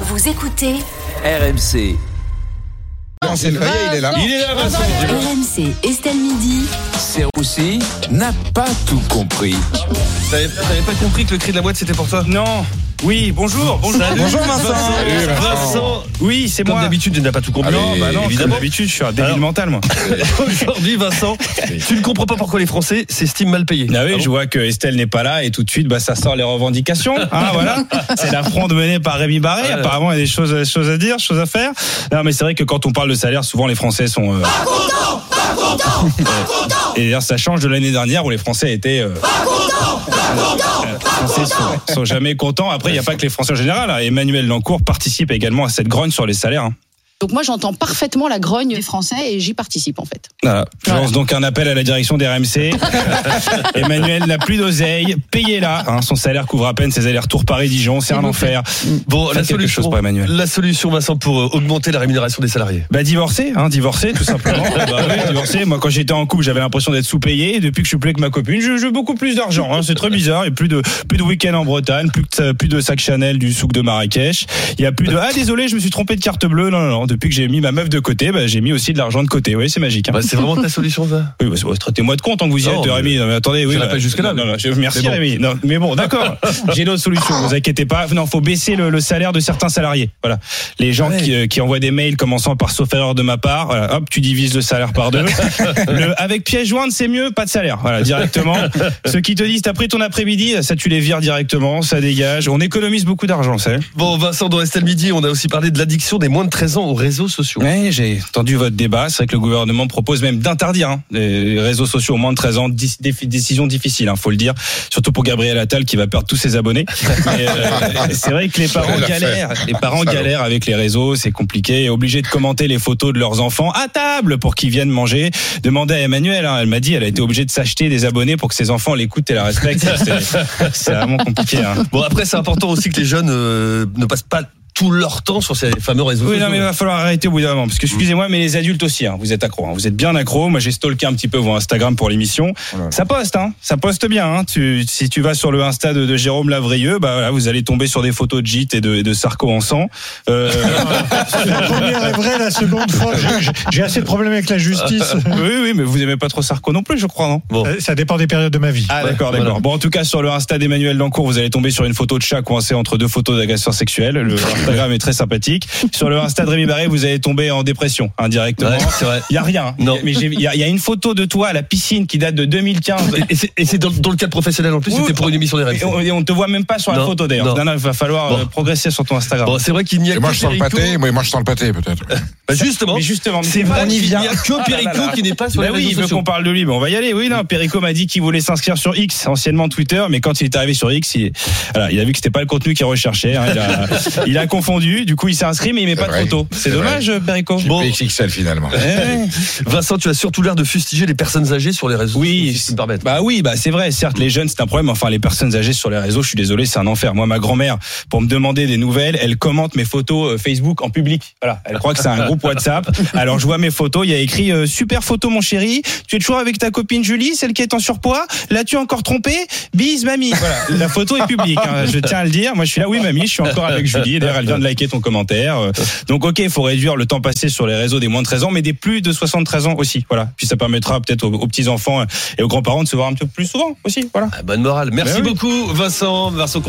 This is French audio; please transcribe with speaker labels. Speaker 1: Vous écoutez
Speaker 2: RMC.
Speaker 3: Vincent Fayet, il est là.
Speaker 4: Il est là, Vincent.
Speaker 1: RMC Estelle Midi.
Speaker 2: C'est aussi n'a pas tout compris.
Speaker 4: T'avais t'avais pas compris que le cri de la boîte c'était pour toi
Speaker 5: Non. Oui, bonjour. Bonjour.
Speaker 3: Bonjour, Vincent. Salut, Vincent.
Speaker 4: Vincent.
Speaker 5: Oui, c'est
Speaker 4: Comme
Speaker 5: moi.
Speaker 4: d'habitude, tu n'as pas tout compris.
Speaker 5: non, bah non,
Speaker 4: évidemment.
Speaker 5: comme d'habitude, je suis un débile
Speaker 4: Alors.
Speaker 5: mental, moi.
Speaker 4: Aujourd'hui, Vincent, tu ne comprends pas pourquoi les Français s'estiment mal payés.
Speaker 6: Ah oui,
Speaker 4: Ah bon
Speaker 6: je vois que Estelle n'est pas là et tout de suite, bah, ça sort les revendications. Ah voilà, c'est la fronde menée par Rémi Barré.
Speaker 4: Ah là là.
Speaker 6: Apparemment, il y a des choses, des choses à dire, choses à faire. Non, mais c'est vrai que quand on parle de salaire, souvent les Français sont. euh, Et d'ailleurs, ça change de l'année dernière où les Français étaient. euh, Les Français sont, sont jamais contents. Après, il n'y a pas que les Français en général. hein. Emmanuel Lancourt participe également à cette grogne sur les salaires. hein.
Speaker 7: Donc moi j'entends parfaitement la grogne des Français et j'y participe en fait.
Speaker 6: Voilà. Ah, Je lance donc un appel à la direction des RMC. Emmanuel n'a plus d'oseille, payez-la. hein. son salaire couvre à peine ses allers-retours Paris-Dijon, c'est Mm. un enfer.
Speaker 4: Bon,
Speaker 6: Faites
Speaker 4: la
Speaker 6: quelque
Speaker 4: solution,
Speaker 6: chose pour Emmanuel.
Speaker 4: la solution, Vincent, pour euh, augmenter la rémunération des salariés.
Speaker 6: Bah divorcer, hein, divorcer tout simplement. Bah oui, divorcer. Moi quand j'étais en couple, j'avais l'impression d'être sous-payé. Et depuis que je suis plus avec ma copine, je, je veux beaucoup plus d'argent. hein. C'est très bizarre. Il y a plus de plus de week-end en Bretagne, plus de, plus de sac Chanel du souk de Marrakech. Il y a plus de ah désolé, je me suis trompé de carte bleue. Non non non. Depuis que j'ai mis ma meuf de côté, bah, j'ai mis aussi de l'argent de côté. Oui, c'est magique. hein.
Speaker 4: Bah, c'est vraiment ta solution, ça
Speaker 6: Oui, bah, c'est- traitez-moi de compte tant que vous y
Speaker 4: Non,
Speaker 6: êtes,
Speaker 4: mais-
Speaker 6: Rémi. Non, mais attendez, oui.
Speaker 4: l'ai
Speaker 6: bah,
Speaker 4: pas jusque-là,
Speaker 6: non,
Speaker 4: mais-
Speaker 6: non, je- merci,
Speaker 4: mais bon.
Speaker 6: Rémi. Non, mais bon, d'accord. J'ai d'autres solutions. Vous inquiétez pas. Non, faut baisser le, le salaire de certains salariés. Voilà. Les gens
Speaker 4: Ouais.
Speaker 6: qui, euh, qui envoient des mails commençant par sauf erreur de ma part. Voilà, hop, tu divises le salaire par deux. Le- avec pièce jointe, c'est mieux. Pas de salaire. Voilà, directement. Ceux qui te disent, t'as pris ton après-midi, ça, tu les vires directement. Ça dégage. On économise beaucoup d'argent, c'est.
Speaker 4: Bon, Vincent, dans Estelle Midi, on a aussi parlé de l'addiction des moins de 13 ans aux réseaux sociaux.
Speaker 6: Ouais, j'ai entendu votre débat. C'est vrai que le gouvernement propose même d'interdire hein, les réseaux sociaux au moins de 13 ans. Dis- défi- décision difficile, hein, faut le dire. Surtout pour Gabriel Attal qui va perdre tous ses abonnés. Mais, euh, c'est vrai que les parents
Speaker 3: l'a fait.
Speaker 6: galèrent. Les parents
Speaker 3: Salaud.
Speaker 6: galèrent avec les réseaux, c'est compliqué. Et obligés de commenter les photos de leurs enfants à table pour qu'ils viennent manger. Demandez à Emmanuel. hein, elle m'a dit, elle a été obligée de s'acheter des abonnés pour que ses enfants l'écoutent et la respectent. C'est- C'est vraiment compliqué. hein.
Speaker 4: Bon, après, c'est important aussi que les jeunes euh, ne passent pas tout leur temps sur ces fameux réseaux
Speaker 6: Oui,
Speaker 4: sociaux.
Speaker 6: non, mais il va falloir arrêter au bout d'un moment. Parce que, excusez-moi, mais les adultes aussi, hein, vous êtes accro. hein. vous êtes bien accro. Moi, j'ai stalké un petit peu vos Instagram pour l'émission.
Speaker 8: Oh
Speaker 6: Ça poste, hein. Ça poste bien, hein. Tu, si tu vas sur le Insta de, de Jérôme Lavrieux, bah voilà, vous allez tomber sur des photos de Gîtes et de, et de Sarko en sang. Euh,
Speaker 8: La première est vraie, la seconde fois. j'ai- j'ai- J'ai assez de problèmes avec la justice. Euh,
Speaker 6: oui, oui, mais vous aimez pas trop Sarko non plus, je crois, non?
Speaker 4: Bon.
Speaker 8: Ça dépend des périodes de ma vie.
Speaker 6: Ah
Speaker 4: Ouais,
Speaker 6: d'accord,
Speaker 4: voilà.
Speaker 6: d'accord. Bon, en tout cas, sur le Insta d'Emmanuel Dancourt, vous allez tomber sur une photo de chat coincé entre deux photos d'agresseurs sexuels. Le Instagram est très sympathique. Sur le Insta de Rémi Barré, vous allez tomber en dépression indirectement.
Speaker 4: Ouais, c'est vrai.
Speaker 6: Il y a rien. hein.
Speaker 4: Non.
Speaker 6: Mais j'ai- il y, a- il y a une photo de toi à la piscine qui date de 2015.
Speaker 4: Et- Et c'est- et c'est dans, dans le cadre professionnel en plus,
Speaker 6: Oui,
Speaker 4: c'était pour une émission des
Speaker 6: Et
Speaker 4: rêves.
Speaker 6: on, et on te voit même pas sur la
Speaker 4: Non,
Speaker 6: photo d'ailleurs.
Speaker 4: non.
Speaker 6: Non, non, il va falloir
Speaker 4: Bon.
Speaker 6: euh, progresser sur ton Instagram.
Speaker 4: Bon, c'est vrai qu'il n'y a
Speaker 3: Et
Speaker 4: que
Speaker 3: moi, je sens le
Speaker 4: Perico.
Speaker 3: pâté. Moi, moi, je sens le pâté, peut-être.
Speaker 4: Bah, justement,
Speaker 6: mais justement, mais
Speaker 4: c'est
Speaker 6: pas-
Speaker 4: vrai
Speaker 6: on y
Speaker 4: qu'il
Speaker 6: vient.
Speaker 4: n'y a que
Speaker 6: Ah là là
Speaker 4: Perico
Speaker 6: là.
Speaker 4: qui n'est pas sur
Speaker 6: Bah
Speaker 4: les
Speaker 6: oui, il
Speaker 4: réseaux
Speaker 6: veut
Speaker 4: sociaux.
Speaker 6: qu'on parle de lui. mais on va y aller. Oui, non, Perico m'a dit qu'il voulait s'inscrire sur X, anciennement Twitter, mais quand il est arrivé sur X, il, voilà, il a vu que c'était pas le contenu qu'il recherchait. hein. il, a, il a confondu. Du coup, il s'est inscrit, mais il met
Speaker 3: C'est
Speaker 6: pas
Speaker 3: vrai.
Speaker 6: trop tôt.
Speaker 3: C'est
Speaker 6: C'est dommage, Perico.
Speaker 4: Bon.
Speaker 3: PXXL, finalement.
Speaker 6: Eh ouais.
Speaker 4: Vincent, tu as surtout l'air de fustiger les personnes âgées sur les réseaux
Speaker 6: Oui,
Speaker 4: sociaux, si tu me permets.
Speaker 6: Bah oui, bah c'est vrai. Certes, les jeunes c'est un problème. Enfin, les personnes âgées sur les réseaux, je suis désolé, c'est un enfer. Moi, ma grand-mère, pour me demander des nouvelles, elle commente mes photos euh, Facebook en public. Voilà, elle croit que c'est un groupe WhatsApp. Alors, je vois mes photos, il y a écrit euh, super photo, mon chéri. Tu es toujours avec ta copine Julie, celle qui est en surpoids. L'as-tu encore trompé Bise, mamie. Voilà, la photo est publique. hein. Je tiens à le dire. Moi, je suis là, oui, mamie, je suis encore avec Julie. D'ailleurs, elle vient de liker ton commentaire. Euh, Donc, ok, il faut réduire le temps passé sur les réseaux des moins de 13 ans, mais des plus de 73 ans aussi. Voilà. Puis ça permettra peut-être aux- euh, aux petits enfants et aux grands-parents de se voir un petit peu plus souvent aussi. Voilà.
Speaker 4: Ah, Bonne morale. Merci
Speaker 6: oui.
Speaker 4: beaucoup, Vincent. Vincent